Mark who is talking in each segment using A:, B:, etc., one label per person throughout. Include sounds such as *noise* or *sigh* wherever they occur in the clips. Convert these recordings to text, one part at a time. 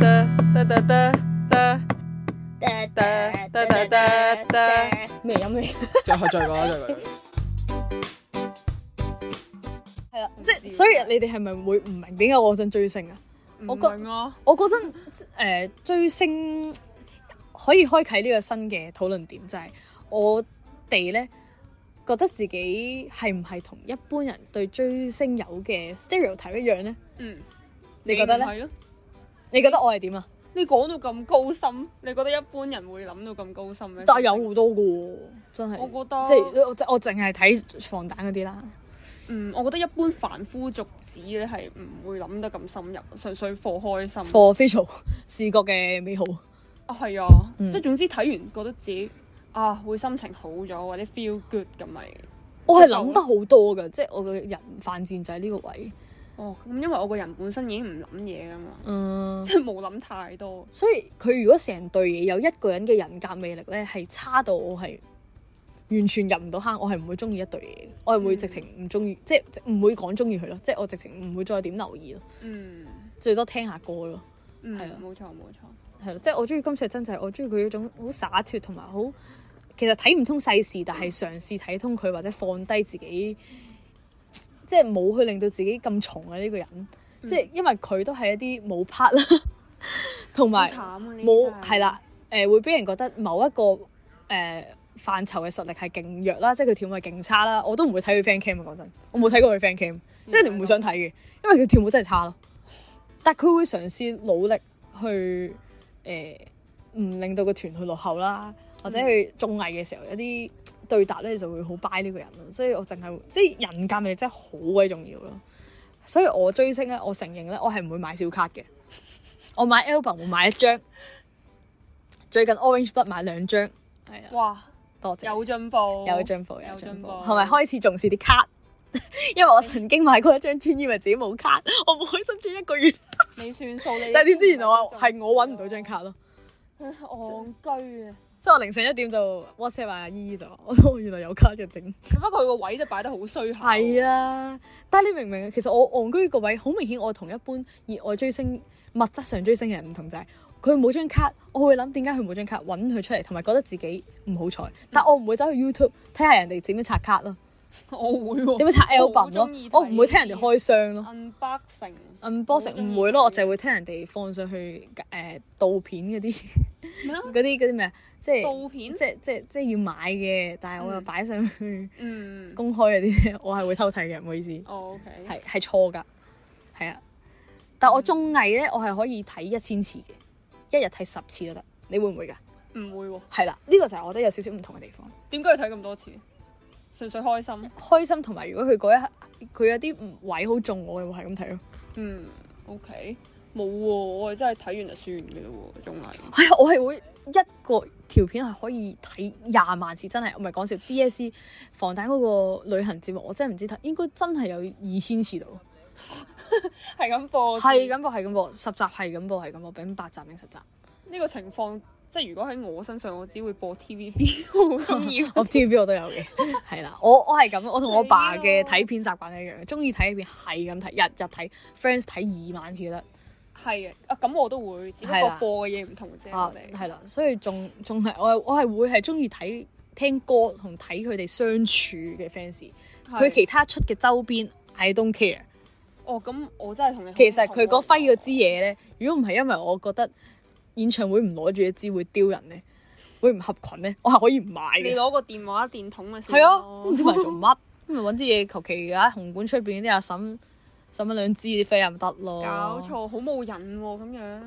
A: 得得得得，
B: 噠
A: 噠噠噠噠噠
B: 咩飲咩？
A: 再再講再講。
C: 係啦，即係所以你哋係咪會唔明點解我嗰陣追星啊？我覺
A: 明啊，
C: 我嗰陣誒追星可以開啟呢個新嘅討論點，就係、我哋咧覺得自己係唔係同一般人對追星友嘅 stereotype 一樣咧？
A: 嗯，
C: 你覺得咧？
A: 係咯？
C: 你覺得我係點啊？
A: 你講到咁高深，你覺得一般人會諗到咁高深咩？
C: 但係有好多嘅喎，真係。
A: 我覺得
C: 即係我我淨係睇防彈嗰啲啦，
A: 嗯，我覺得一般凡夫俗子咧係唔會諗得咁深入，純粹課開心。
C: for facial 視覺嘅美好。
A: 啊，係啊，
C: 嗯
A: 即係總之睇完覺得自己啊會心情好咗，或者 feel good 咁咪。
C: 我係諗得好多㗎，即係我個人犯賤就係呢個位。
A: 哦，咁因為我個人本身已經唔諗嘢噶嘛，
C: 嗯，
A: 即係冇諗太多。
C: 所以佢如果成隊嘢有一個人嘅人格魅力咧，係差到我係完全入唔到坑，我係唔會中意一隊嘢嘅，我係會直情唔中
A: 嗯
C: 意，即係即係唔會講中意佢咯，即係我直情唔會再點留意咯，
A: 嗯，
C: 最多聽下歌咯，
A: 嗯，
C: 係啊
A: 冇錯冇錯。
C: 係咯，即係我中意金雪真就係我中意佢嗰種好灑脱同埋好，其實睇唔通世事，但係嘗試睇通佢或者放低自己，即係冇去令到自己咁重啊呢個人，即係因為佢都係一啲冇 part 啦，同
A: 好
C: 埋。
A: 慘啊！呢啲
C: 冇
A: 真
C: 係，啦，誒、會俾人覺得某一個誒、範疇嘅實力係勁弱啦，即係佢跳舞係勁差啦，我都唔會睇佢 fan cam 啊！講真，我冇睇過佢 fan cam，即
A: 嗯
C: 係你唔會想睇嘅，因為佢跳舞真係差咯。但係佢會嘗試努力去誒，唔、令到個團去落後啦，或者佢綜藝嘅時候有啲對答咧就會好 buy 呢個人咯。所以我淨係即係人格魅力真係好鬼重要咯。所以我追星咧，我承認咧，我係唔會買小卡嘅。我買 album 會買一張，最近 Orange Blood 買兩張，係啊，
A: 哇，
C: 多謝
A: 有進步，
C: 有進步有
A: 有
C: 進
A: 進
C: 步
A: 步，
C: 同埋開始重視啲卡， *laughs* 因為我曾經買過一張專，以為自己冇卡，我唔開心專一個月，
A: 你算數你。
C: *laughs* 但係點知原來我係我揾唔到張卡咯，
A: 啊戇居啊！
C: 即係我凌晨一點就 WhatsApp 阿姨姨就話， *laughs* 我原來有卡嘅頂。
A: 只不過佢個位真係擺得好衰下。
C: 係啊，但係你明唔明啊？其實我戇居個位好明顯，我同一般熱愛追星、物質上追星嘅人唔同，就係佢冇張卡，我會諗點解佢冇張卡，揾佢出嚟，同埋覺得自己唔好彩。
A: 嗯
C: 但我唔會走去 YouTube 睇下人哋點樣拆卡咯，
A: 我會喎。
C: 點樣拆
A: 我好
C: album
A: 鍾意
C: 咯
A: 睇，
C: 我唔會聽人哋開箱咯。
A: unboxing？
C: unboxing
A: 嗯我好鍾意
C: 唔會咯，
A: 睇
C: 我就係會聽人哋放上去誒、呃盜片嗰啲
A: 咩啊
C: *laughs* 嗰啲嗰啲咩啊，即係
A: 盜片？
C: 即係即係即係要買嘅，但係我又
A: 嗯
C: 擺上去
A: 嗯。哦
C: 公開嗰啲，我係會偷睇嘅，唔好意思。
A: O K。
C: 係係錯㗎，係啊。但我綜藝咧，我係可以睇一千次嘅，一日睇十次都得。你會唔會㗎？
A: 唔會喎，
C: 係啦，呢、個就係我覺得有少少唔同嘅地方。
A: 點解要睇咁多次？純粹開心。
C: 開心同埋，如果佢嗰一刻佢有啲位好中我嘅，我係咁睇咯。
A: 嗯，O K。冇喎，我係真係睇完就算嘅咯喎，綜藝。
C: 係啊，我係會一個條片係可以睇廿萬次，真係唔係講笑。DSE 防彈嗰個旅行節目，我真係唔知睇，應該真係有二千次到。
A: 係咁播。
C: 係咁播，係咁播，十集係咁播，係咁播，俾八集定十集。
A: 呢個情況，即係如果喺我身上，我只會播 TVB，我好中意。
C: *laughs* 我 TVB 我都有
A: *laughs*
C: 嘅，係啦，我我係咁，我同我爸
A: 死
C: 嘅
A: 咯
C: 睇片習慣一樣，中意睇片係咁睇，日日睇 Friends 睇二萬次都得，
A: *laughs* 係嘅，啊咁我都會，只不
C: 係
A: 過
C: 啦
A: 播嘅嘢唔同啫。
C: 啊
A: 我哋
C: 係啦，所以仲仲係我我係會係中意睇聽歌同睇佢哋相處嘅 fans，佢
A: 係
C: 其他出嘅周邊 I don't care，
A: 哦咁，我真係同你好
C: 其實佢
A: 唔同喎
C: 嗰揮嗰支嘢咧，如果唔係因為我覺得演唱會唔攞住一支會丟人咧，會唔合群咧，我係可以唔買
A: 你
C: 嘅，
A: 攞個電話電筒嘅先
C: 係啊，
A: 咯
C: 都唔知買嚟做乜， *laughs* 咁咪揾啲嘢求其啊，紅館出邊啲阿嬸審一兩支啲飛又啊咪得咯。
A: 搞！錯，好冇癮喎咁樣。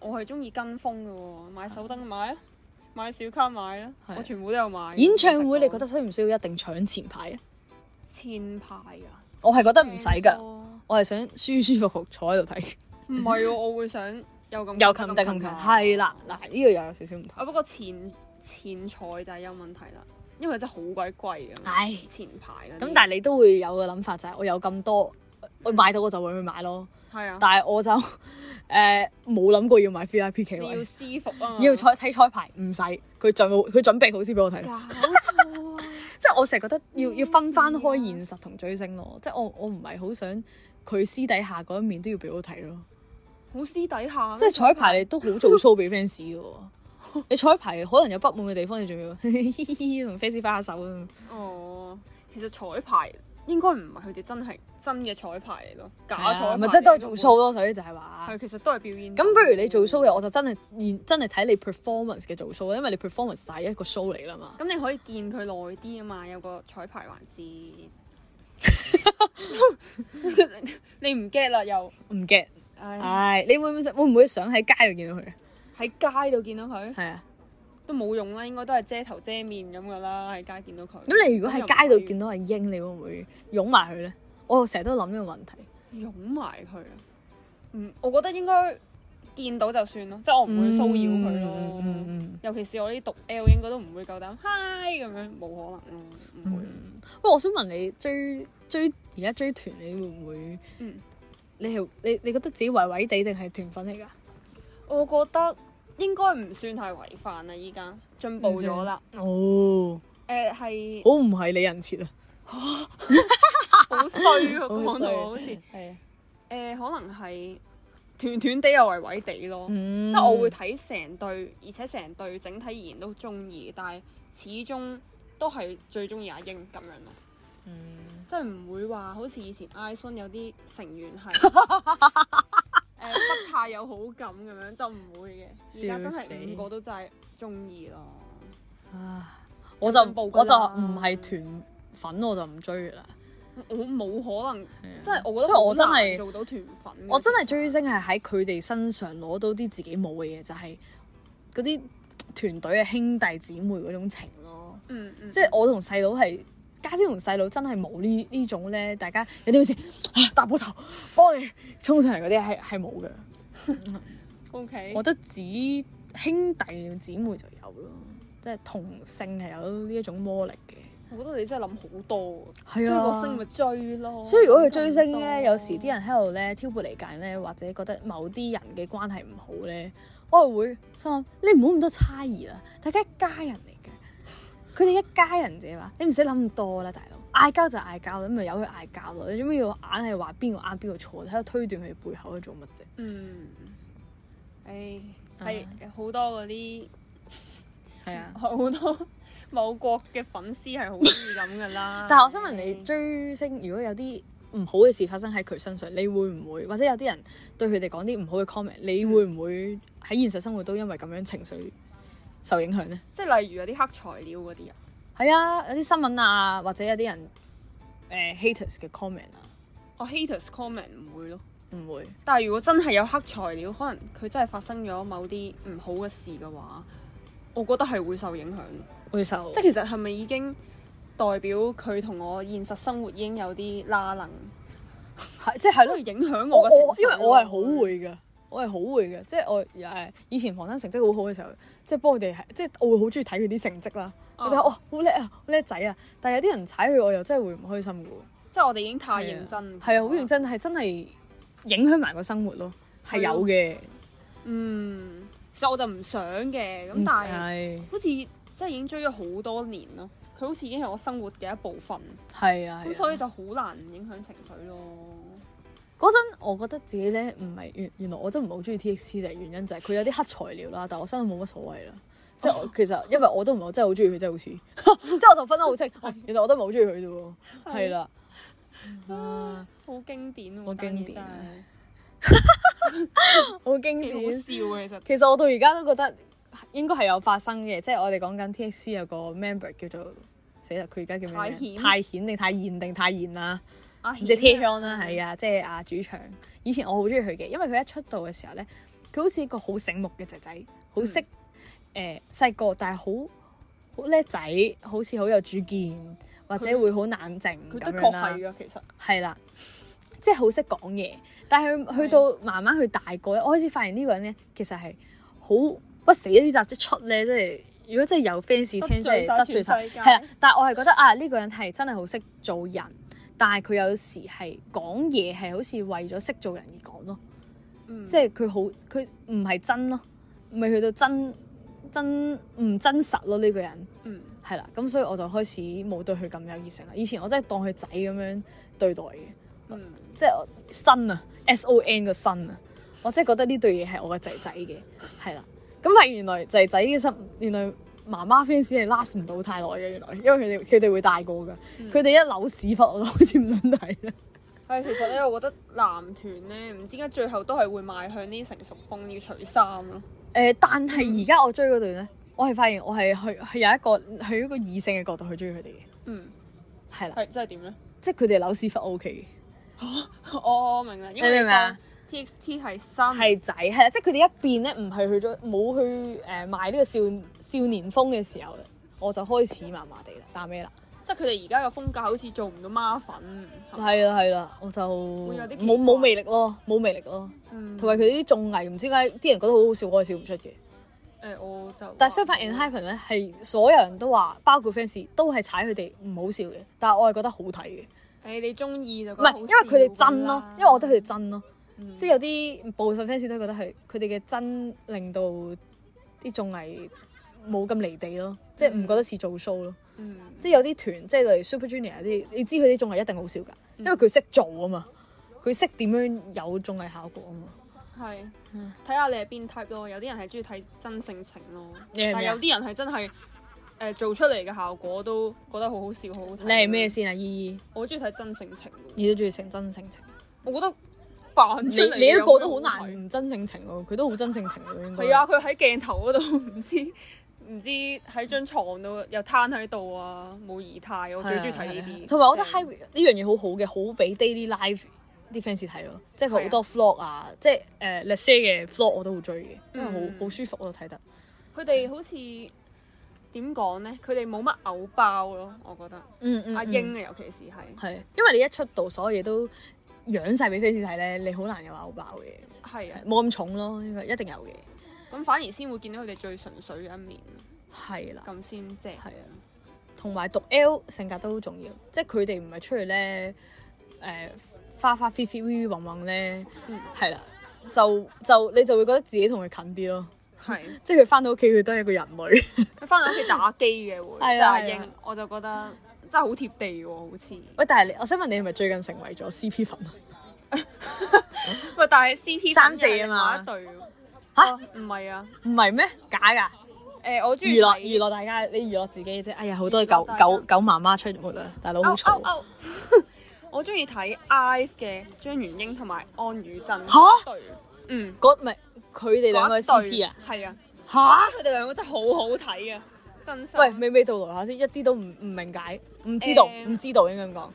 A: 我係中意跟風嘅喎，買手燈買啊，買小卡買啊，
C: 係
A: 我全部都有買。
C: 演唱會
A: 老實講
C: 你覺得需唔需要一定搶前排啊？
A: 前排啊？
C: 我係覺得唔使
A: 聽
C: 㗎，
A: 說
C: 我係想舒舒服服坐喺度
A: *laughs*
C: 睇，
A: 唔係
C: *laughs*
A: 喎，我會想有咁
C: 又近得咁近，係啦，嗱呢個又有少少唔同。
A: 啊，不過前前菜就係有問題啦，因為真係好鬼貴啊。
C: 唉，
A: 前排嗰啲
C: 咁但係你都會有個諗法就係我有咁多，我買到我就會去買咯。
A: 係啊，
C: 但係我就 *laughs* 誒冇諗過要買 VIP 企
A: 你要
C: 位，
A: 私服啊嘛，
C: 要彩睇彩排唔使，佢準佢準備好先俾我睇
A: 搞。錯啊！
C: 即係我成日覺得要要分翻開現實同追星咯，即係我我唔係好想佢私底下嗰一面都要俾我睇咯，
A: 好好私底下，
C: 即係彩排你都好做 show 俾 fans 嘅喎。你彩排可能有不滿嘅地方，你仲要 *laughs* 嘻嘻嘻同 fans 花手啊！
A: 哦，其實彩排應該唔係佢哋真係真嘅彩排嚟咯，假彩排
C: 咪即係都係
A: 嚟
C: 做
A: 嘅
C: show 咯，所以就係話。
A: 係其實都係表演。
C: 咁不如你做 show 嘅，我就真係現真係睇你 performance 嘅做 show，因為你 performance 就係一個 show 嚟啦嘛。
A: 咁你可以見佢耐啲啊嘛，有個彩排環
C: *laughs*
A: 節。你唔 get 啦又，
C: 唔 get，
A: 唉，
C: 唉，你會唔會想會唔會想喺街度見到佢？
A: 喺街度見到佢
C: 係啊，
A: 都冇用啦，應該都係遮頭遮面咁噶啦，喺街見到佢。
C: 咁你如果喺街度見到阿英，你會唔會擁埋佢咧？我成日都諗呢個問題。
A: 擁埋佢啊，嗯，我覺得應該見到就算咯，即係我唔會騷擾佢咯。
C: 嗯嗯嗯
A: 尤其是我啲讀 L 應該都唔會夠膽 hi 咁樣，冇可能咯，唔會。
C: 嗯喂，我想問你追追而家追團，你會唔會？
A: 嗯
C: 你係你你覺得自己維維地定係團粉嚟㗎？
A: 我覺得應該唔算係違反啦，依家進步咗啦。
C: 哦，
A: 誒係
C: 好唔係你人設啊！
A: 好衰啊，
C: 好
A: 講
C: 衰
A: 到好似誒、
C: 係啊，
A: 可能係斷斷地又維維地咯。
C: 嗯
A: 即係我會睇成隊，而且成隊整體而言都中意，但係始終都係最中意阿英咁樣咯。
C: 嗯
A: 即係唔會話好似以前 iSun 有啲成員 *laughs* 係誒不太有好感咁樣，就唔會嘅。而家真
C: 笑死
A: 係五個都真係中意咯。
C: 啊，我就
A: 進步㗎
C: 我就
A: 啦
C: 唔係團粉，我就唔追㗎啦。
A: 我冇可能，即係我覺
C: 啊所
A: 得
C: 以我真
A: 好難
C: 係
A: 做到團粉嘅。
C: 我真係追星係喺佢哋身上攞到啲自己冇嘅嘢，就係嗰啲團隊嘅兄弟姊妹嗰種情咯。
A: 嗯嗯，
C: 即係我同細佬係家姐同細佬真係冇呢呢種咧，大家有啲好似啊大波頭幫你衝上嚟嗰啲係係冇嘅。
A: O K，
C: 我覺得只兄弟姊妹就有咯，即係同性係有呢一種魔力嘅。
A: 我覺得你真係諗好多，
C: 係
A: 追
C: 啊，
A: 個星咪追咯。
C: 所以如果佢追
A: 哦諗咁
C: 星
A: 多
C: 咧，有時啲人喺度咧挑撥離間咧，或者覺得某啲人嘅關係唔好咧，我係會心諗你唔好咁多猜疑啦，大家一家人嚟嘅，佢哋一家人啫嘛，你唔使諗咁多啦，大佬。嗌交就嗌交，咁咪由佢嗌交咯。你做咩要硬係話邊個啱邊個錯？喺度推斷佢背後喺度做乜啫？
A: 嗯，誒係啊好多嗰啲 *laughs*
C: 係啊。。
A: 好多某國嘅粉絲係好中意咁噶啦
C: 但係我想問你追星，如果有啲唔好嘅事發生喺佢身上，你會唔會？或者有啲人對佢哋講啲唔好嘅 comment，你會唔會喺現實生活都因為咁樣情緒受影響呢？
A: 即係例如有啲黑材料嗰啲啊，
C: 係啊，有啲新聞啊，或者有啲人誒、haters 嘅 comment 啊，
A: 我哦 haters comment 唔會咯。
C: 唔會
A: 但係如果真係有黑材料，可能佢真係發生咗某啲唔好嘅事嘅話，我覺得係會受影響。
C: 會受
A: 即
C: 即
A: 係其實係咪已經代表佢同我現實生活已經有啲拉楞，
C: 係即係
A: 都
C: 咯
A: 會。影響
C: 我
A: 我嘅情
C: 我
A: 緒
C: 因為
A: 咯
C: 我係嗯好會㗎，我係好會㗎，即係我誒以前防生成績好好嘅時候，即係幫佢哋係即係我會好中意睇佢啲成績啦。
A: 哦
C: 我覺得哦好叻啊，好叻仔啊！但係有啲人踩佢，我又真係會唔開心㗎喎。
A: 即係我哋已經太認真。哦
C: 係啊，好認。真，係真係影響埋個生活咯，係有嘅。
A: 嗯，其實我就唔想嘅，咁但係
C: 係
A: 好似即係已經追咗好多年咯。佢好似已經係我生活嘅一部分，
C: 係啊，
A: 咁所以就好難唔影響情緒咯。
C: 嗰陣我覺得自己咧唔係原原來我都唔係好中意 TXT 嘅原因就係佢有啲黑材料啦，但我真係冇乜所謂啦。即係
A: 哦
C: 我其實因為我都唔係真係好中意佢，真係好似 *laughs* 即係我就分得好清。哦，原來我都唔係好中意佢啫喎。係
A: *laughs*
C: 啦，啊
A: 好經典喎，
C: 好
A: 單
C: 經
A: 嘢
C: 典啊
A: 真
C: 好經
A: 係幾好
C: 典。
A: 笑啊嘅其實。
C: 其實我到而家都覺得應該係有發生嘅，即係我哋講緊 TXT 有個 member 叫做死啦，佢而家叫咩
A: 泰
C: 名？
A: 顯
C: 泰顯定泰賢定泰賢啊啦。
A: 阿
C: 唔知 t
A: 啊顯
C: a 啦，係啊，即係啊主唱。以前我好中意佢嘅，因為佢一出道嘅時候咧，佢好似一個好醒目嘅仔仔，好識
A: 嗯
C: 誒細個，但係好好叻仔，好似好有主見，或者
A: 佢
C: 會好冷靜
A: 佢
C: 咁
A: 的
C: 樣
A: 確
C: 啦
A: 係。㗎，其實
C: 係啦，即係好識講嘢。但係佢去到慢慢去大個咧，我開始發現呢個人咧其實係好不死呢集一出咧，即係如果真係有 fans 聽，真係得罪晒。
A: 世界
C: 係啦，但係我係覺得啊，呢、個人係真係好識做人，但係佢有時係講嘢係好似為咗識做人而講咯，
A: 嗯
C: 即係佢好佢唔係真咯，未去到真真唔真實咯呢、個人
A: 嗯
C: 係啦，咁所以我就開始冇對佢咁有熱誠啦。以前我真係當佢仔咁樣對待嘅，
A: 嗯
C: 即係我新啊，S O N 個新啊，我真係覺得呢對嘢係我嘅仔仔嘅，係啦。咁發現原來仔仔嘅心，原來媽媽 fans 係 last 唔到太耐嘅，原來因為佢哋佢哋會大個㗎，佢哋、一扭屎忽我都好似唔想睇啦。
A: 係其實咧，我覺得男團咧，唔知點解最後都係會邁向呢成熟風，要除衫咯。
C: *laughs* 誒、但係而家我追嗰對咧，我係發現我係去去有一個去一個異性嘅角度去追佢哋嘅，
A: 嗯，
C: 係啦，
A: 係即係點咧？
C: 即係佢哋扭屎忽 O K 嘅。
A: 我哦明啦，因為
C: 你明唔明啊
A: ？TXT 係新，
C: 係仔係啦，即係佢哋一變咧，唔係去咗冇去誒、呃、賣呢個少少年風嘅時候咧，我就開始麻麻地啦，打咩啦？
A: 即係佢哋而家嘅風格好似做唔到孖粉，係咪
C: 係啦係啦，我就
A: 哦有啲奇
C: 冇冇
A: 怪
C: 魅力咯，冇魅力咯，
A: 嗯
C: 同埋佢啲綜藝唔知點解啲人覺得好好笑，我係笑唔出嘅。
A: 誒我就
C: 但係相反 e n h y p e n 咧係所有人都話，包括 fans 都係踩佢哋唔好笑嘅，但係我係覺得好睇嘅，
A: 誒你中意就
C: 唔
A: 覺得
C: 係
A: 哦好啊
C: 因為佢哋
A: 笑㗎
C: 真咯
A: 啦，
C: 因為我覺得佢哋真咯，
A: 嗯
C: 即係有啲部分 fans 都覺得係佢哋嘅真令到啲綜藝冇咁離地咯，即係唔覺得似做 show 咯。
A: 嗯
C: 即係有啲團，即係例如 Super Junior 啲，你知佢啲綜藝一定好笑㗎，
A: 嗯
C: 因為佢識做啊嘛，佢識點樣有綜藝效果啊嘛。
A: 係
C: 嗯
A: 睇下你係邊 type 咯，有啲人係中意睇真性情咯，
C: 你係咩啊
A: 但有啲人係真係誒做出嚟嘅效果都覺得好好笑，好好睇。
C: 你係咩？先啊？依依，
A: 我中意睇真性情嘅，
C: 你都中意成真性情，
A: 我覺得扮
C: 你
A: 出嚟
C: 你都過得好
A: 有咩
C: 難唔真性情咯，佢都好真性情嘅應該。
A: 睇。係啊，，佢喺鏡頭嗰度 *laughs* 唔知。唔知喺張床度又攤喺度啊，冇儀態，我最中意睇呢
C: 係啊
A: 啲。
C: 同埋我覺得
A: 正
C: High 呢樣嘢好好嘅，好俾 Daily Life 啲 fans 睇咯，即係佢好多 vlog 啊，即係誒 l e s 嘅 vlog 我都好追嘅，因為好
A: 嗯
C: 好舒服咯睇得。
A: 佢哋好似點講咧？佢哋冇乜偶包咯，我覺得。
C: 嗯嗯
A: 阿
C: 嗯
A: 英啊，尤其是係
C: 係，因為你一出道所有嘢都養晒俾 fans 睇咧，你好難有咬爆嘅。
A: 係啊，
C: 冇咁重咯，應該一定有嘅。
A: 咁反而先會見到佢哋最純粹嘅一面，
C: 係啦，
A: 咁先正。
C: 係啊，同埋讀 L 性格都好重要，即係佢哋唔係出去咧誒、花花飛飛、vui vui 揾揾咧
A: 嗯，
C: 係啦、就就你就會覺得自己同佢近啲咯。
A: 係，
C: 即係佢翻到屋企，佢都係一個人類。 *laughs*
A: 佢翻到屋企打機嘅會，
C: 係啊
A: 即係阿
C: 係啊
A: 英，我就覺得真係好貼地喎，好似。
C: 喂，但係你，我想問你係咪最近成為咗
A: 哦
C: CP 粉啊？
A: 喂，但係 CP
C: 三四
A: 粉又係
C: 啊
A: 另
C: 嘛
A: 外一對喎。
C: 嚇
A: 哦唔係啊，
C: 唔係咩？假㗎！
A: 誒，我中意
C: 娛樂
A: 睇
C: 娛樂大家，你娛樂自己啫。哎呀，好多
A: 娛
C: 狗
A: 樂大家
C: 狗狗媽媽出沒啊！大佬好
A: 哦
C: 嘈。
A: 哦哦 *laughs* 我中意睇 IVE 嘅張元英同埋安宇真
C: 嚇
A: 嗰對，嗯，
C: 嗰唔係佢哋兩個係
A: 哦嗰一對
C: CP 啊？，
A: 係啊。
C: 吓？
A: 佢哋兩個真係好好睇啊！真心
C: 喂，娓娓道來下先，一啲都唔唔明解，唔知道，唔、
A: 誒
C: 知道應該咁講。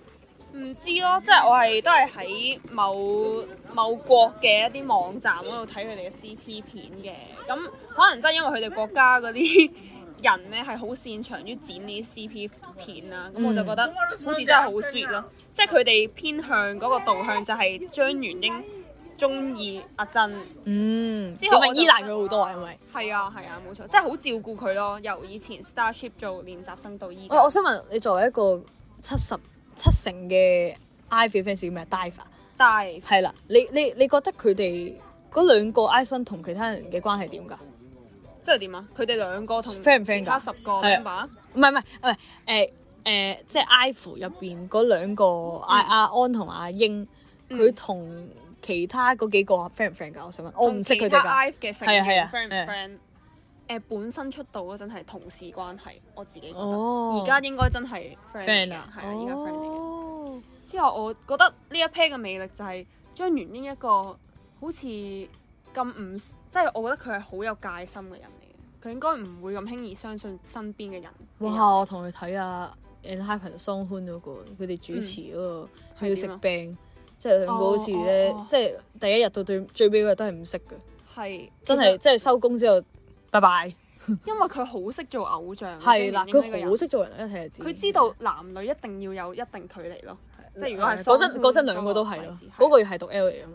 A: 唔知咯，即係我係都係喺某某國嘅一啲網站嗰度睇佢哋嘅 CP 片嘅。咁可能真係因為佢哋國家嗰啲 *laughs* 人咧係好擅長於剪呢啲 CP 片啦，咁我就覺得好似真係好 sweet 咯。即係佢哋偏向嗰個導向就係張元英中意阿珍，
C: 嗯，
A: 之後
C: 咁
A: 我
C: 咪
A: 就
C: 依賴佢好多啊，係咪？
A: 係啊係啊冇錯，即係好照顧佢咯。由以前 Starship 做練習生到依家
C: 喂，，我想問你作為一個七十七成嘅 Ivy fans 叫咩 Dive 啊
A: 但係
C: 係啦，你你你覺得佢哋嗰兩個 i s o n 同其他人嘅關係點㗎？
A: 即係點啊？佢哋兩個同
C: friend 唔 friend
A: 其他
C: 㗎？
A: 十個
C: 係啊
A: member
C: 唔係唔係唔係誒誒，即係 Ivy 入邊嗰兩個阿
A: 嗯
C: 阿安同阿英，佢同其他嗰幾個 friend 唔 friend 㗎？我想問，我唔識
A: 同其
C: 佢哋㗎
A: 他。IVE 嘅成員
C: 係啊係啊
A: friend 唔
C: 係啊
A: friend？誒本身出道嗰陣係同事關係，我自己覺得。
C: 哦
A: 而家應該真係 friend 嚟
C: friend
A: 嘅
C: 啊，
A: 係啊，而家 friend 嚟嘅。
C: 哦
A: 之後我覺得呢一 pair 嘅魅力就係張元英一個好似咁唔，即係我覺得佢係好有戒心嘅人嚟嘅，佢應該唔會咁輕易相信身邊嘅人。
C: 哇！我同佢睇啊 a n h y p e n Song Hoon 嗰個，佢哋主持嗰個，
A: 嗯啊
C: 佢要食餅，即係兩個好似咧
A: 哦哦哦，
C: 即係第一日到最最尾嗰日都係唔識嘅，
A: 係
C: 真係即係收工之後，拜拜。
A: 其實因為佢好識做偶像，
C: 係啦，
A: 張元英呢個
C: 佢
A: 人
C: 好識做人，一睇就知。
A: 佢知道男女一定要有一定距離咯，即係如果係
C: 啊嗰
A: 雙
C: 陣
A: 方
C: 嗰陣兩個都係咯
A: 位置，
C: 嗰個係讀 L 嚟嘅咪。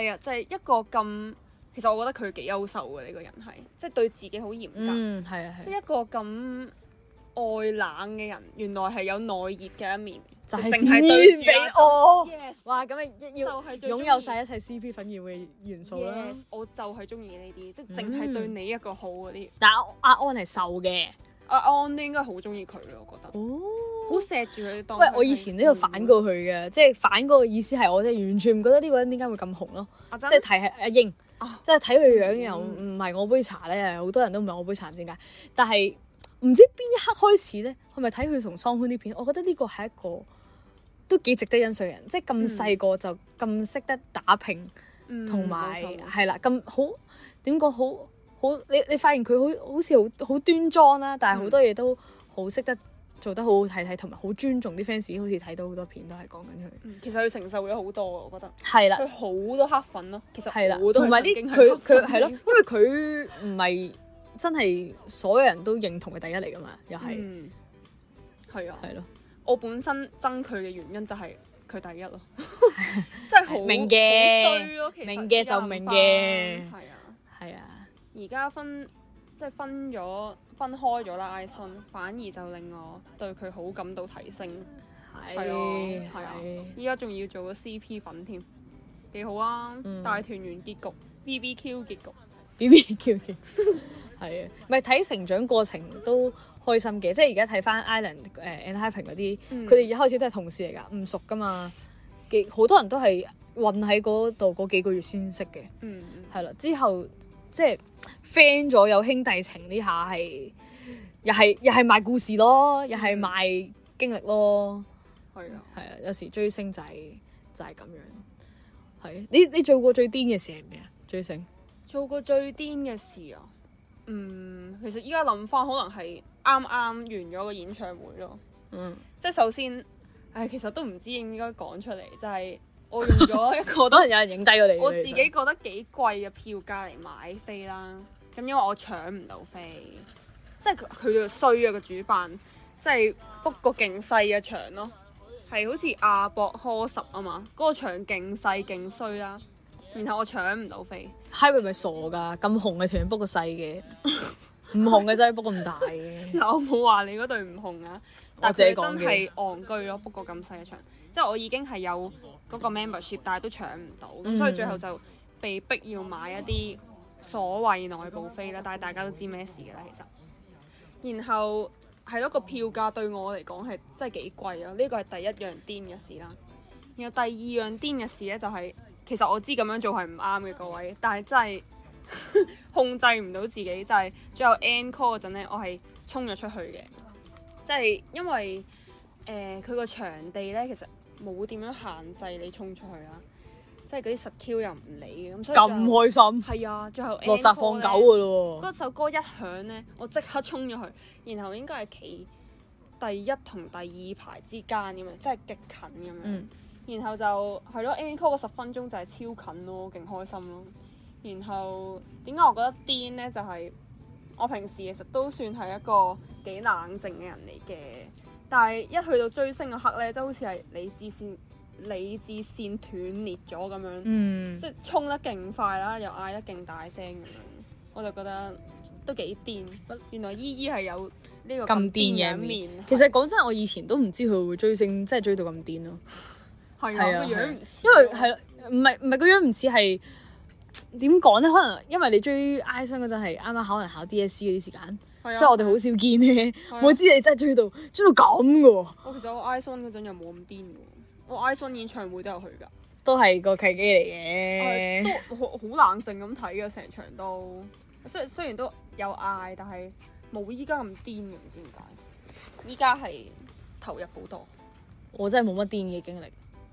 A: 係啊，就係、一個咁，其實我覺得佢幾優秀嘅呢個人係，即係對自己好嚴格，
C: 嗯，係啊
A: 即
C: 係啊，
A: 係一個咁外冷嘅人，原來係有內熱嘅一面，
C: 就
A: 係淨
C: 係展
A: 係
C: 現
A: 對
C: 俾
A: 住阿 Yes，
C: 我。哦哇！咁咪一要
A: 就係最
C: 擁有晒一切 CP 粉要嘅元素啦。嗯
A: Yes，我就係中意呢啲，即係淨係對你一個好嗰啲。
C: 但係阿阿安係瘦嘅。
A: 阿安都應該好中意佢咯，我覺得，
C: 哦。
A: 好錫住佢當佢
C: 喂
A: 係妹妹。，
C: 我以前都有反過佢嘅，即係反過嘅意思係我真係完全唔覺得呢個人點解會咁紅咯，
A: 阿
C: 即
A: 珍，
C: 係睇係阿英，
A: 啊
C: 即係睇佢樣又唔
A: 嗯
C: 係我杯茶咧，好多人都唔係我杯茶，唔知點解。但係唔知邊一刻開始咧，係咪睇佢同桑寬啲片？我覺得呢個係一個都幾值得欣賞人，即係咁細個就咁識得打拼，
A: 嗯
C: 同埋
A: 冇錯
C: 係啦，咁好點講好好？你你發現佢好好似好好端莊啦，
A: 嗯
C: 但係好多嘢都好識得做得好好睇睇，同埋好尊重啲 fans。好似睇到好多片都係講緊
A: *laughs*
C: 佢。
A: 嗯其實佢承受咗好多啊，我覺得
C: 係啦，
A: 佢好多黑粉咯。其
C: 係啦
A: 實我，都
C: 同埋
A: 係
C: 啲
A: 曾經係
C: 佢佢
A: 黑粉
C: 係咯，因為佢唔係真係所有人都認同嘅第一嚟噶嘛，又係
A: *laughs* 嗯，係啊。
C: 係咯，
A: 我本身憎佢嘅原因就係佢第一
C: *laughs*
A: 咯，真係好
C: 明嘅
A: 好衰咯。其實
C: 明嘅就明嘅
A: 係啊。
C: 係啊，
A: 而家分即係分咗分開咗啦，Ison 反而就令我對佢好感到提升。
C: 哎
A: 係
C: 係
A: 啊係啊
C: 係
A: 依家仲要做個 CP 粉添，幾好啊！
C: 嗯
A: 大團圓結局，BBQ 結局，
C: B B Q 嘅，係啊，咪睇成長過程都開心嘅，即係而家睇翻 Island 誒 and Happy 嗰啲，
A: 嗯
C: 佢哋一開始都係同事嚟㗎，唔熟㗎嘛，幾好多人都係混喺嗰度嗰幾個月先識嘅。
A: 嗯嗯
C: 係啦，之後即係 friend 咗有兄弟情呢下係，又係又係賣故事咯，又係賣經歷咯，
A: 係啊，
C: 係啊，有時追星就係、就係、咁樣。係你你做過最癲嘅事係咩啊？追星
A: 做過最癲嘅事啊！嗯，其實依家諗翻，可能係啱啱完咗個演唱會咯。
C: 嗯
A: 即係首先，唉，其實都唔知應唔應該講出嚟，就係、我用
C: *laughs*
A: 咗一個
C: 好多人有人影低咗你，
A: 我自
C: 你
A: 己
C: 其
A: 覺
C: 實
A: 得幾貴嘅票價嚟買飛啦。咁因為我搶唔到飛，即係佢佢就衰啊個主辦，即係 book 個勁細嘅場咯，係好似亞博科十啊嘛，嗰、個場勁細勁衰啦。然後我搶唔到飛，
C: Highway 咪傻㗎，咁紅嘅團 book 個細嘅，唔紅嘅真係 book 咁大 *laughs*
A: *laughs*
C: 嘅。
A: 嗱我冇話你嗰隊唔紅啊，
C: 我
A: 但
C: 自己
A: 係佢
C: 講嘅
A: 真係戇居咯，book 個咁細嘅場，即係我已經係有嗰個 membership，但係都搶唔到，咁、
C: 嗯
A: 所以最後就被逼要買一啲所謂內部飛啦，但係大家都知咩事嘅啦，其實。然後係咯，個票價對我嚟講係真係幾貴咯，呢個係第一樣癲嘅事啦。然後第二樣癲嘅事咧就係、其實我知咁樣做係唔啱嘅各位，但係真係 *laughs* 控制唔到自己，就係、最後 end call 嗰陣咧，我係衝咗出去嘅，即係因為誒佢個場地咧其實冇點樣限制你衝出去啦，即係嗰啲實 Q 又唔理嘅，咁所以
C: 咁
A: 最後
C: 開心，
A: 係啊，最後
C: 落閘
A: encore
C: 放狗啊
A: 咧
C: 㗎咯喎，
A: 嗰首歌一響咧，我即刻衝咗去，然後應該係企第一同第二排之間咁樣，即係極近咁樣。
C: 嗯
A: 然後就係咯，encore 嗰十分鐘就係超近咯，勁開心咯。然後點解我覺得癲咧？就係、我平時其實都算係一個幾冷靜嘅人嚟嘅，但係一去到追星嗰刻咧，即係好似係理智線理智線斷裂咗咁樣。
C: 嗯
A: 即係衝得勁快啦，又嗌得勁大聲咁樣，我就覺得都幾癲。原來依依係有呢個
C: 咁癲嘅
A: 嘅
C: 一
A: 一面，
C: 其實講真，我以前都唔知佢會追星，真係追到咁癲咯。
A: 係
C: 係
A: 啊
C: 啊，
A: 個樣唔似
C: 因為係啦唔係唔係個樣唔似係點講咧？可能因為你追 I 生嗰陣係啱啱考人考 DSE 嗰啲時間，
A: 係啊
C: 所以我哋好少見咧。
A: 啊
C: 我知你真係追到追到咁嘅喎，
A: 我哦其實我 Ison 嗰陣又冇咁癲嘅喎，我 Ison 演唱會都有去㗎，
C: 都係個契機嚟
A: 我
C: 嘅。
A: 都好好冷靜咁睇嘅成場都，雖雖然都有嗌，但係冇依家咁癲嘅，唔知點解。依家係投入好多，
C: 我真係冇乜癲嘅經歷，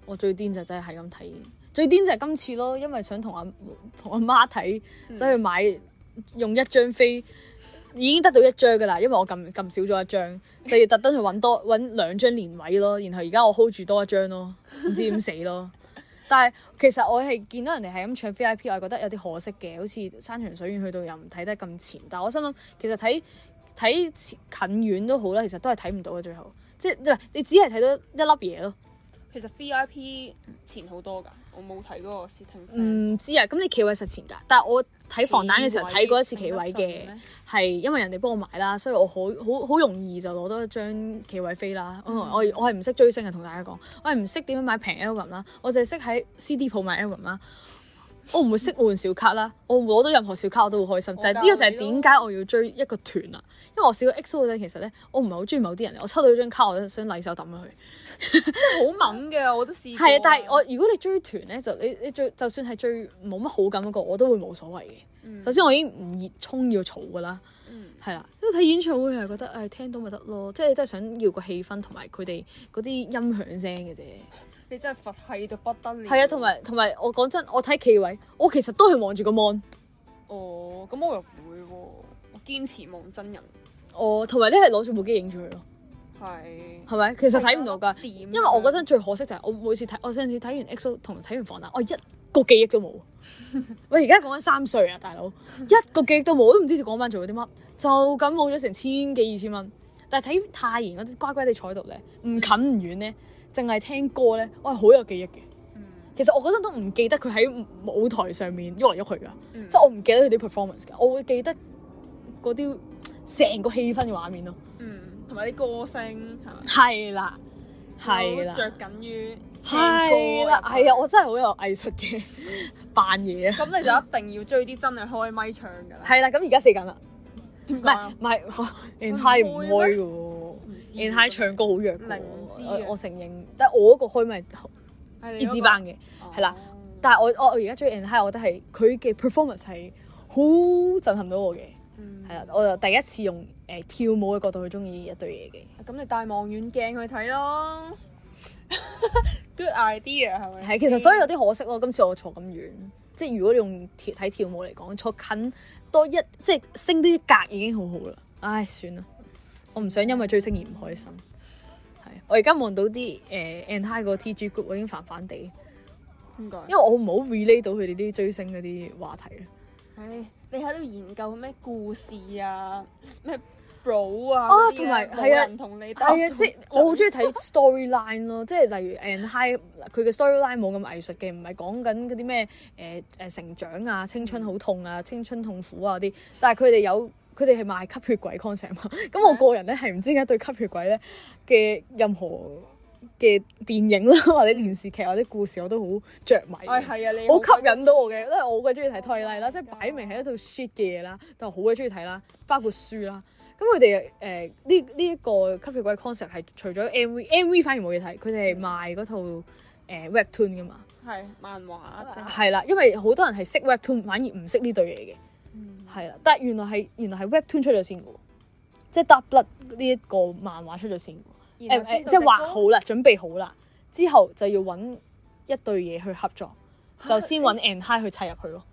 C: 我最癲就真係係咁睇。最癲就係今次咯，因為想同阿同阿媽睇，
A: 嗯
C: 走去買用一張飛，已經得到一張㗎啦，因為我撳撳少咗一張，就要特登去揾多揾兩張連位咯。然後而家我 hold 住多一張咯，唔知點死咯。但係其實我係見到人哋係咁搶 VIP，我係覺啊得有啲可惜嘅，好似山長水遠去到又唔睇得咁前。但係我心諗其實睇睇前近遠都好啦，其實都係睇唔到嘅最後，即係你啊只係睇到一粒嘢咯。
A: 其實 VIP 前好多㗎，我冇睇嗰個 setting plan。
C: 唔知啊，咁你企位實前㗎，但係我睇防彈嘅時候睇過一次企
A: 企位
C: 位
A: 信唔信
C: 嘅
A: 咩，
C: 係因為人哋幫我買啦，所以我好好好容易就攞到一張企位飛啦。我我我係唔識追星嘅，同大家講，我係唔識點樣買平 album 啦，我就係識喺 CD 鋪買 album 啦。我唔會識換小卡啦，我攞到任何小卡我都會開心。就係呢個就係點解我要追一個團啦，因為我小 EXO 咧，其實咧我唔係好中意某啲人，我抽到張卡我都想禮手抌咗佢。
A: 好猛嘅，我都試過。
C: 係啊，但係我如果你追團咧，就你你最就算係最冇乜好感嗰個，我都會冇所謂嘅。首先我已經唔熱衷要嘈噶啦，係啦、因為睇演唱會係覺得誒、唉聽到咪得咯，即係你真係想要個氣氛同埋佢哋嗰啲音響聲嘅啫。
A: 你真係佛系到不得了。
C: 係啊，同埋同埋我講真，我睇企位，我其實都係望住個 mon。
A: 哦，咁我又唔會喎，我堅持望真人。
C: 我同埋你係攞住部機影住佢咯，
A: 係。
C: 係咪？其實睇唔到㗎，
A: 點？因
C: 因為我嗰陣最可惜就係我每次睇，我上次睇完 EXO 同睇完防彈，我一個記憶 *laughs* 都冇。喂，而家講緊三歲啊，大 *laughs* 佬，一個記憶都冇，我都唔知講班做咗啲乜，就咁冇咗成千幾二千蚊。但係睇泰妍嗰啲乖乖地坐喺度咧，唔近唔遠咧，淨係聽歌咧，我係好有記憶嘅。其實我嗰陣都唔記得佢喺舞台上面喐嚟喐去㗎，
A: 嗯
C: 即係我唔記得佢啲 performance 㗎，我會記得嗰啲成個氣氛嘅畫面咯。
A: 嗯，同埋啲歌聲係咪？
C: 係啦，係啦
A: 我。着緊於聽
C: 係
A: 歌
C: 啦，
A: 入去
C: 係啊，我真係好有藝術嘅扮嘢啊！
A: 咁你就一定要追啲真係開咪唱㗎啦。
C: *laughs* 係啦，咁而家四緊啦，唔
A: 點解
C: 係
A: 啊
C: 唔係 *laughs* ，and high 唔開嘅
A: 唔知
C: 喎，and high 唱歌好弱嘅喎
A: 明知
C: 我
A: 嘅
C: 我承認，但係啊我嗰個開咪
A: 係你
C: 二
A: 嗰個
C: 字班嘅，係啦
A: 哦
C: 但係我我我而家追 and high，我覺得係佢嘅 performance 係好震撼到我嘅，
A: 嗯
C: 係啦，我就第一次用誒跳舞嘅角度去中意一對嘢嘅，
A: 咁你帶望遠鏡去睇咯。Good idea 係咪？
C: 係其實所以有啲可惜咯，今次我坐咁遠。即係如果你用跳睇跳舞嚟講，坐近多一即係升多一格已經好好啦。唉，算啦，我唔想因為追星而唔開心。係，我而家望到啲誒 anti 個 TG group，我已經煩煩地，
A: 應該
C: 因為我唔好 relate 到佢哋啲追星嗰啲話題啦。
A: 唉，你喺度研究咩故事啊，咩 bro 啊，
C: 啊
A: 嗰啲咧
C: 同埋
A: 冇
C: 係啊
A: 人同你搭
C: 係啊，即係我
A: 中
C: 好中意睇 storyline 咯， *laughs* 即係例如 anti 佢嘅 storyline 冇咁藝術嘅，唔係講緊嗰啲咩誒誒成長啊、青春好痛
A: 嗯
C: 啊、青春痛苦啊嗰啲，但係佢哋有。佢哋係賣吸血鬼 concept 嘛， *laughs* 咁我個人咧係唔知點解對吸血鬼咧嘅任何嘅電影啦，或者電視劇或者故事我都好着迷嘅。
A: 意，唉係啊，你
C: 好吸引到我嘅，因為我好鬼中意睇推理啦，即係擺明係一套 shit 嘅嘢啦，但我好鬼中意睇啦，包括書啦。咁佢哋誒呢呢一個吸血鬼 concept 係除咗 MV，MV 反而冇嘢睇，佢哋係賣嗰套誒、呃 webtoon 噶嘛，
A: 係漫畫即係
C: 係啦，因為好多人係識 webtoon，反而唔識呢對嘢嘅，
A: 嗯
C: 係啦，但係原來係原來係 webtoon 出咗先嘅喎，即係 d o u b l 呢一個漫畫出咗先嘅喎。
A: 然
C: 誒
A: 後
C: 誒，
A: 先到
C: 即係畫
A: 隻歌
C: 好啦，準備好啦，之後就要揾一對嘢去合作，就先揾 and high 去砌入去咯。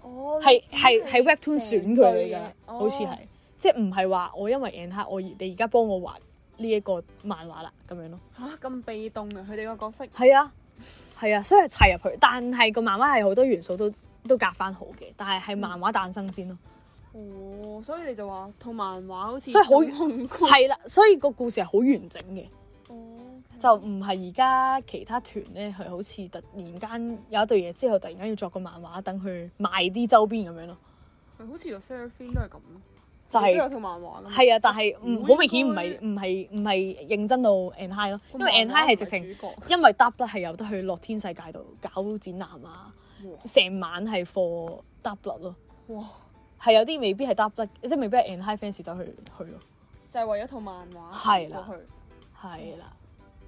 A: 哦，
C: 係
A: 你知
C: 係
A: 你
C: 係 Webtoon 選佢嚟
A: 成對啊哦
C: 㗎
A: 嘢，
C: 好似係，即係唔係話我因為 and high，我而你而家幫我畫呢一個漫畫啦咁樣咯。
A: 哦嚇咁被動啊，佢哋個角色
C: 係啊，係啊，所以係砌入去，但係個漫畫係好多元素都都夾翻好嘅，但係係漫畫誕生先咯。
A: 哦，所以你就話套漫畫好似
C: 所以好
A: 咁宏觀
C: 係啦，所以個故事係好完整嘅。
A: 哦
C: 就唔係而家其他團咧，係好似突然間有一對嘢之後，突然間要作個漫畫，等佢賣啲周邊咁樣咯。
A: 係好似個 Seraphine 都係咁咯，
C: 就
A: 佢都有
C: 係
A: 套漫畫㗎嘛，
C: 係啊，但係唔
A: 唔
C: 好明顯唔
A: 應
C: 係唔係唔係認真到 and high 咯，
A: 個
C: 因為
A: 漫
C: and
A: 畫
C: high 係直
A: 唔
C: 情
A: 係主角
C: 因為 double 係有得去樂天世界度搞展覽啊，成晚係 for double 咯，
A: 哇，
C: 係有啲未必係 double，即係未必係 and high fans 走去去咯，
A: 就係為咗套漫畫
C: 係啦
A: 過去，
C: 係啦，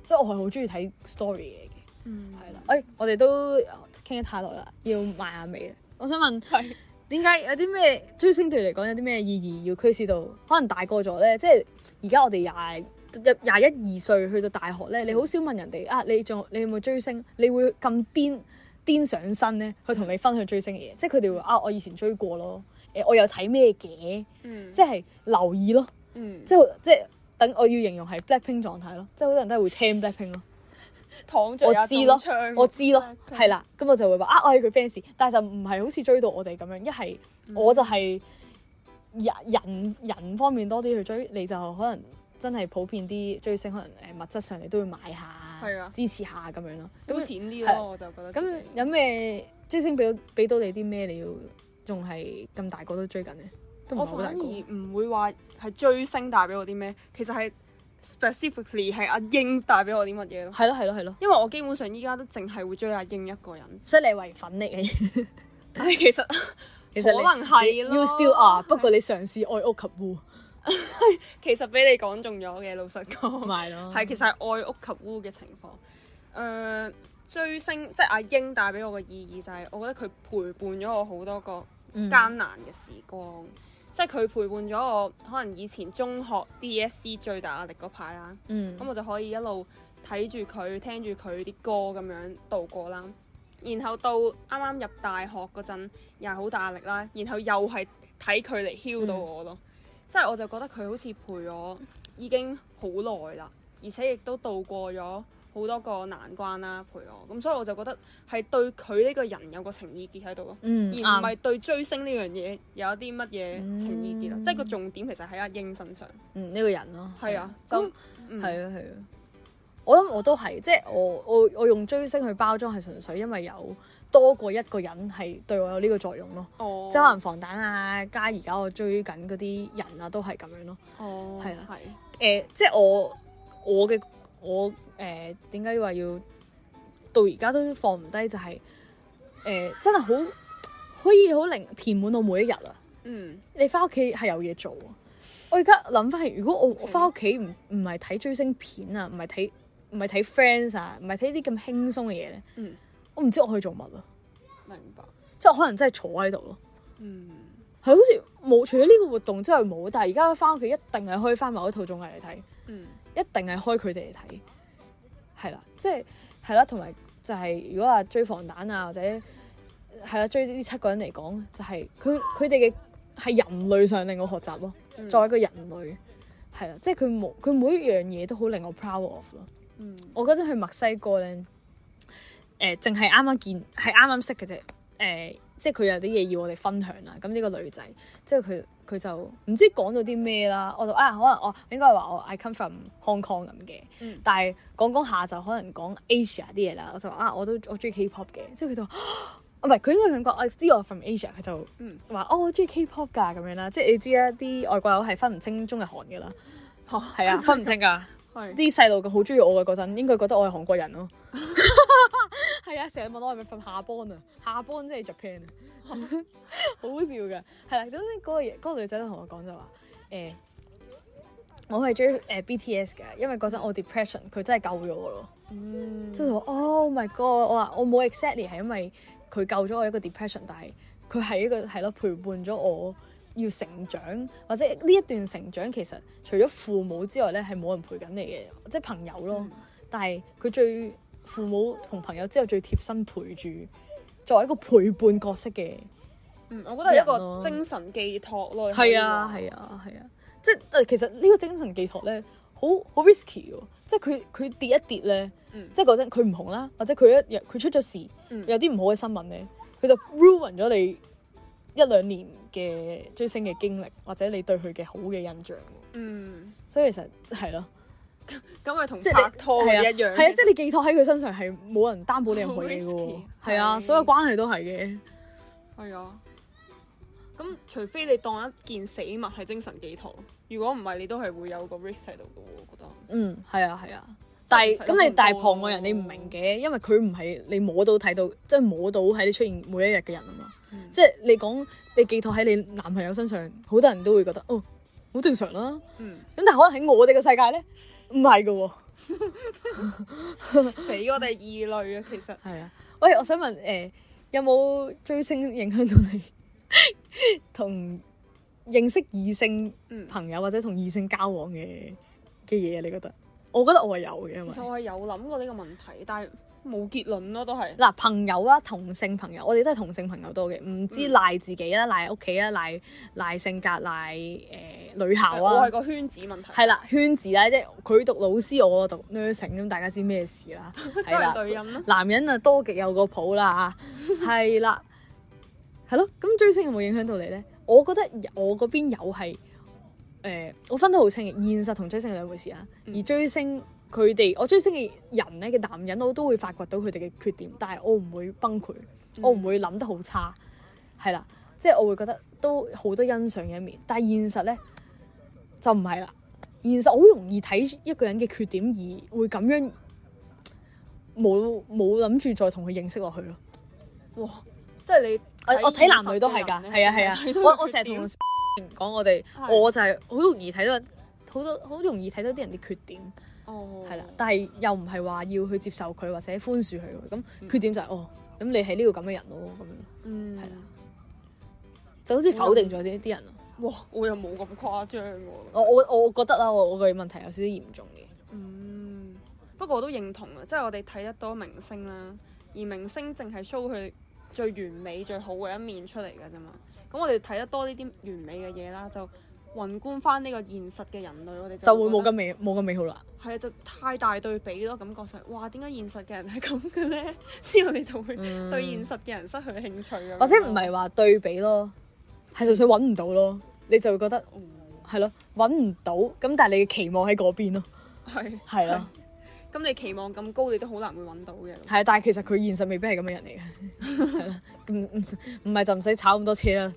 C: 所以我係好中意睇 story 嘢嘅。
A: 嗯
C: 係啦，誒、我哋都傾得太耐啦，要埋下尾啦。我想問
A: 係
C: 點解有啲咩追星對你嚟講有啲咩意義要驅使到？可能大個咗咧，即係而家我哋廿一廿一二歲去到大學咧，你好少問人哋啊，你仲你有冇追星？你會咁癲癲上身咧，去同你分享追星嘅嘢，即係佢哋會啊，我以前追過咯，誒、我有睇咩嘅，
A: 嗯
C: 即係留意咯，
A: 嗯
C: 即係即係等我要形容係 Blackpink 狀態咯，即係好多人都係會聽 Blackpink 咯。
A: 躺著
C: 我
A: 也
C: 知
A: 中
C: 咯
A: 槍
C: 我知咯，
A: 嗯
C: 係啦，咁我就會話啊，我係佢 fans，但係就唔係好似追到我哋咁樣，一係
A: 嗯
C: 我就係人人人方面多啲去追，你就可能真係普遍啲追星，可能呃誒物質上你都會買
A: 係啊
C: 下，支持下咁樣咯。
A: 膚
C: 咁
A: 淺啲
C: 係
A: 咯，我就覺得
C: 咁
A: 自己
C: 有咩追星俾到俾到你啲咩？你要仲係咁大個都追緊呢？都唔
A: 我
C: 係好
A: 反
C: 大
A: 而
C: 個。
A: 唔會話係追星帶俾我啲咩，其實係 specifically 係阿英帶俾我啲乜嘢咯。
C: 係咯係咯係咯， *laughs*
A: 因為我基本上依家都淨係會追阿英一個人， *laughs*
C: 所以你係唯粉嚟嘅，
A: 唉其實
C: 其實你
A: 可能係
C: 你
A: 咯
C: You still are，不過你嘗試愛屋及烏，
A: 其實俾你講中咗嘅，老實講。
C: *laughs* 咪咯，
A: *laughs* 係其實係愛屋及烏嘅情況。誒、追星即係阿英帶俾我嘅意義就係，我覺得佢陪伴咗我好多個
C: 嗯
A: 艱難嘅時光，即係佢陪伴咗我可能以前中學 DSE 最大壓力嗰排啦，
C: 嗯
A: 咁我就可以一路睇住佢聽住佢啲歌咁樣度過啦。然後到啱啱入大學嗰陣又係好大壓力啦，然後又係睇佢嚟囂
C: 嗯
A: 到我咯，即係我就覺得佢好似陪我已經好耐啦，而且亦都度過咗好多個難關啦，陪我咁，所以我就覺得係對佢呢個人有個情意結喺度咯。
C: 嗯
A: 而唔係
C: 啱，
A: 對追星呢樣嘢有一啲乜嘢情意結啦，
C: 嗯
A: 即係個重點其實喺阿英身上。
C: 嗯呢個人咯，
A: 係啊，
C: 咁
A: 咁係
C: 係咯係咯，我諗我都係，即係我我我用追星去包裝係純粹因為有多過一個人係對我有呢個作用咯，
A: 哦，
C: 即係可能防彈啊，加而家我追緊嗰啲人啊，都係咁樣咯。
A: 哦，
C: 係啊
A: 係
C: 誒、即係我我嘅我誒點解話要到而家都放唔低，就係、誒、真係好可以好令填滿我每一日啊！
A: 嗯
C: 你翻屋企係有嘢做啊！我而家諗翻起，如果我我翻屋企唔唔係睇追星片啊，唔係睇唔係睇 Friends 啊，唔係睇啲咁輕鬆嘅嘢咧，
A: 嗯，
C: 我唔知我可以做乜啊！
A: 明白，
C: 即係我可能真係坐喺度咯。
A: 嗯
C: 係好似冇除咗呢個活動之外冇，但係而家翻屋企一定係開翻某一套綜藝嚟睇。
A: 嗯
C: 一定係開佢哋嚟睇，係啦，即係係啦，同埋就係、如果話追防彈啊，或者係啦追呢七個人嚟講，就係佢佢哋嘅係人類上令我學習咯，
A: 嗯
C: 作為一個人類係啊啦，即係佢冇佢每一樣嘢都好令我 proud of 咯。
A: 嗯
C: 我嗰陣去墨西哥咧，誒淨係啱啱見係啱啱識嘅啫，誒、即係佢有啲嘢要我哋分享啦。咁呢個女仔，即係佢佢就唔知講咗啲咩啦，我就啊可能我應該係話我 I come from Hong Kong 咁嘅，
A: 嗯
C: 但係講講下就可能講 Asia 啲嘢啦，我就話啊我都我中意 K-pop 嘅，之後佢就。 *gasps* 啊唔係，佢應該咁講，我知我 from Asia，佢就
A: 嗯
C: 話、哦，我中意 K-pop 㗎咁樣啦，即係你知啦，啲外國友係分唔清中日韓㗎啦，
A: 嚇
C: 係啊，分唔清㗎。
A: 係
C: 啲細路嘅好中意我嘅嗰陣，應該覺得我係韓國人咯。 *laughs* 係啊，成日問我係咪瞓下邦啊，下邦即係 Japan *laughs* 啊，好好笑㗎。係啦，總之嗰個嘢嗰、個女仔都同我講就話誒、我係中意誒 BTS 㗎，因為嗰陣我 depression，佢真係救咗我咯。
A: 嗯
C: 即係話 Oh my God！我話我冇 exactly 係因為佢救咗我一個 depression，但係佢係一個係咯陪伴咗我要成長，或者呢一段成長其實除咗父母之外咧係冇人陪緊你嘅，即係朋友咯。但係佢最父母同朋友之後最貼身陪住，作為一個陪伴角色嘅。
A: 嗯，我覺得係一
C: 人咯
A: 個精神寄託咯，
C: 係啊，
A: 可以
C: 係啊，係啊，即係誒其實呢個精神寄託咧，好好 risky 喎，即係佢佢跌一跌咧，
A: 嗯
C: 即係嗰陣佢唔紅啦，或者佢一佢出咗事，
A: 嗯
C: 有啲唔好嘅新聞咧，佢就 ruin 咗你一兩年嘅追星嘅經歷，或者你對佢嘅好嘅印象喎。
A: 話嗯，
C: 所以其實係咯，
A: 咁咪同
C: 即係
A: 拍
C: 你
A: 拖
C: 係啊
A: 嘅一樣，
C: 係啊，即係你寄託喺佢身上係冇人擔保你任何嘢嘅
A: 好
C: 喎
A: risky，
C: 係啊，
A: 係
C: 所有關係都係嘅。
A: 係啊。咁除非你當一件死物係精神寄託，如果唔係，你都係會有個 risk 喺度嘅喎，我覺得。
C: 嗯，係啊，係啊。但係
A: 真係唔使
C: 咁你
A: 咁
C: 大
A: 多
C: 旁外人你唔明嘅，因為佢唔係你摸到睇到，即係摸到喺你出現每一日嘅人啊嘛。
A: 嗯
C: 即係你講你寄託喺你男朋友身上，好多人都會覺得哦，好正常啦。
A: 嗯，
C: 咁但係可能喺我哋嘅世界咧，唔係嘅喎。
A: 死我哋異類啊，其實。
C: 係啊，喂，我想問誒、呃有冇追星影響到你 *laughs* 同認識異性
A: 嗯
C: 朋友或者同異性交往嘅嘅嘢？啊你覺得？我覺得我係有嘅，因為
A: 其實我係有諗過呢個問題，但係冇結論咯，都係。
C: 嗱，朋友啦，同性朋友，我哋都係同性朋友多嘅，唔知
A: 嗯
C: 賴自己啦，賴屋企啦，賴賴性格，賴誒、呃、女校
A: 我
C: 啊
A: 係，個圈子問題，
C: 係啦，圈子啦，即係佢讀老師，我讀 nursing，咁大家知咩事啦，
A: *laughs* 都
C: 係啦，
A: 係對人咯。
C: 男人啊多極有個譜啦嚇，係啦，係咯，咁追星有冇影響到你咧？我覺得我嗰邊有係誒、呃我分得好清嘅，現實同追星係兩回事啊。
A: 嗯
C: 而追星佢哋，我追星嘅人咧嘅男人，我都會發掘到佢哋嘅缺點，但係我唔會崩潰，我唔會諗得好差，係啦，即係我會覺得都好多欣賞嘅一面，但係現實咧就唔係啦。現實好容易睇一個人嘅缺點，而會咁樣冇冇諗住再同佢認識落去咯。
A: 哇！即係你
C: 我
A: 睇
C: 我睇男
A: 現實
C: 女都係
A: 嘅
C: 㗎，
A: 人
C: 係
A: 咧
C: 啊係啊
A: *laughs* 睇到，
C: 我
A: 佢
C: 我成日
A: 缺
C: 同
A: 點
C: 講我哋，
A: 係
C: 我就係好容易睇到好多好容易睇到啲人啲缺點，
A: 哦
C: 係啦，但係又唔係話要去接受佢或者寬恕佢喎，咁缺點就係哦，咁你係呢個咁嘅人咯，咁樣
A: 嗯，係
C: 係
A: 啦
C: 啦。就好似否定咗啲
A: 嗯
C: 啲人咯。
A: 哇！我又冇咁誇張喎。
C: 哦我我我覺得啦，我我個問題有少少嚴重嘅。
A: 嗯，不過我都認同啊，即係我哋睇得多明星啦，而明星淨係 show 佢最完美、最好嘅一面出嚟㗎啫嘛。咁我哋睇得多呢啲完美嘅嘢啦，就宏觀翻呢個現實嘅人類，我哋
C: 就
A: 會
C: 會
A: 覺
C: 冇咁
A: 得
C: 美冇咁美好啦。
A: 係啊，就太大對比咯，感覺上哇，點解現實嘅人係咁嘅咧？之後你就會對現實嘅人失去興趣咁樣
C: 嗯或者唔係話對比咯，係純粹揾唔到咯，你就會覺得
A: 嗯
C: 係咯揾唔到，咁但係你嘅期望喺嗰邊咯，
A: 係
C: 係咯，
A: 咁你期望咁高，你都好難會揾到嘅。
C: 係啊，但係其實佢現實未必係咁嘅人嚟嘅，係啦，唔唔唔係就唔使炒咁多車啦，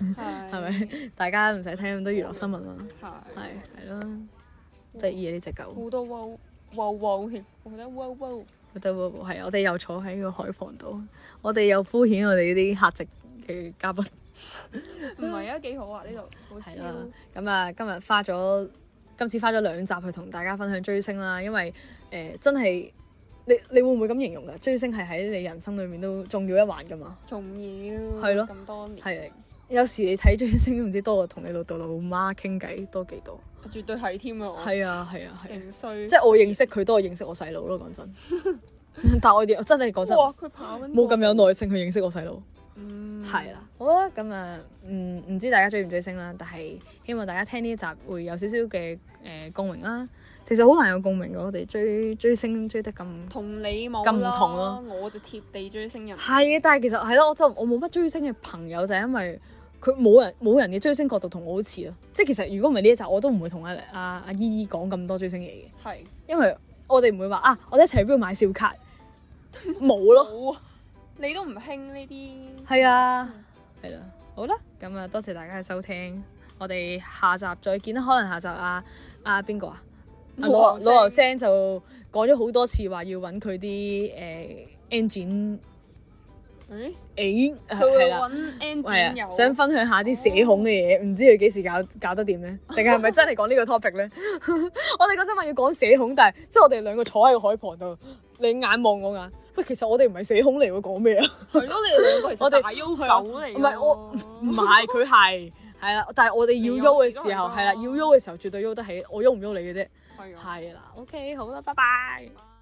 A: 係
C: *laughs* 係？咪？大家唔使聽咁多娛樂新聞啦，
A: 係。
C: 係係咯，得意啊呢只狗，
A: 好多wow wow wow 添，我覺得 wow wow
C: 覺得喎係我哋又坐喺個海旁度，我哋又敷衍我哋啲客席嘅嘉賓。
A: 唔係啊，幾好啊呢度，好
C: 係
A: chill
C: 啦，咁啊，今日花咗今次花咗兩集去同大家分享追星啦，因為誒、呃真係你你會唔會咁形容㗎？追星係喺你人生裏面都重要一環㗎嘛，
A: 重要
C: 係咯
A: 咁多年，
C: 係有時你睇追星都唔知多過同你老豆老媽傾偈多幾多，
A: 絕對係添啊，我
C: 係啊係啊係啊，
A: 勁衰，
C: 即係我認識佢多過認識我細佬咯，講 *laughs* 真。但係我哋真係講真，
A: 哇佢跑緊
C: 冇咁有
A: 耐，
C: 耐性去認識我細佬。
A: 嗯
C: 係啦，好啦，咁啊，唔唔知大家追唔追星啦，但係希望大家聽呢一集會有少少嘅誒共鳴啦。其實好難有共鳴嘅，我哋追追星追得咁
A: 同你冇
C: 咁唔
A: 啦
C: 同咯，
A: 我就貼地追星人，
C: 係啊，但係其實係咯，我就我冇乜追星嘅朋友就係因為佢冇人冇人嘅追星角度同我好似咯。即係其實如果唔係呢一集，我都唔會同阿阿阿姨姨講咁多追星嘢嘅，
A: 係
C: 因為我哋唔會話啊，我哋一齊去邊度買笑卡，冇咯。
A: 好啊，你都唔興呢啲，
C: 係啊，係啦，好啦，咁啊，多謝大家嘅收聽，我哋下集再見啦。可能下集啊啊邊個啊，啊老
A: 老牛聲
C: 牛老牛聲就講咗好多次話要揾佢啲誒 engine
A: 誒
C: 誒
A: 佢
C: 嗯係
A: 會
C: 啦。
A: 揾 N
C: 係
A: 展
C: 啊，
A: 友，
C: 想分享下啲社恐嘅嘢，唔知佢幾時搞搞得掂咧？定係咪真係講呢 *laughs* 個 topic 咧？我哋嗰陣話要講社恐，但係即係我哋兩個坐喺個海旁度，你眼望我眼，喂，其實我哋唔係社恐嚟，會講咩啊？
A: 係咯，你哋兩個其
C: 我
A: 實
C: 哋
A: 大 U 狗嚟㗎喎，
C: 唔係我 *laughs* 唔係，佢係係啦，但係我哋要喐嘅時候
A: 你有事都係啦
C: 係啦，要喐嘅時候絕對喐得起，我喐唔喐你嘅啫。
A: 係啊
C: 係啦，OK，好啦，拜拜。
A: 拜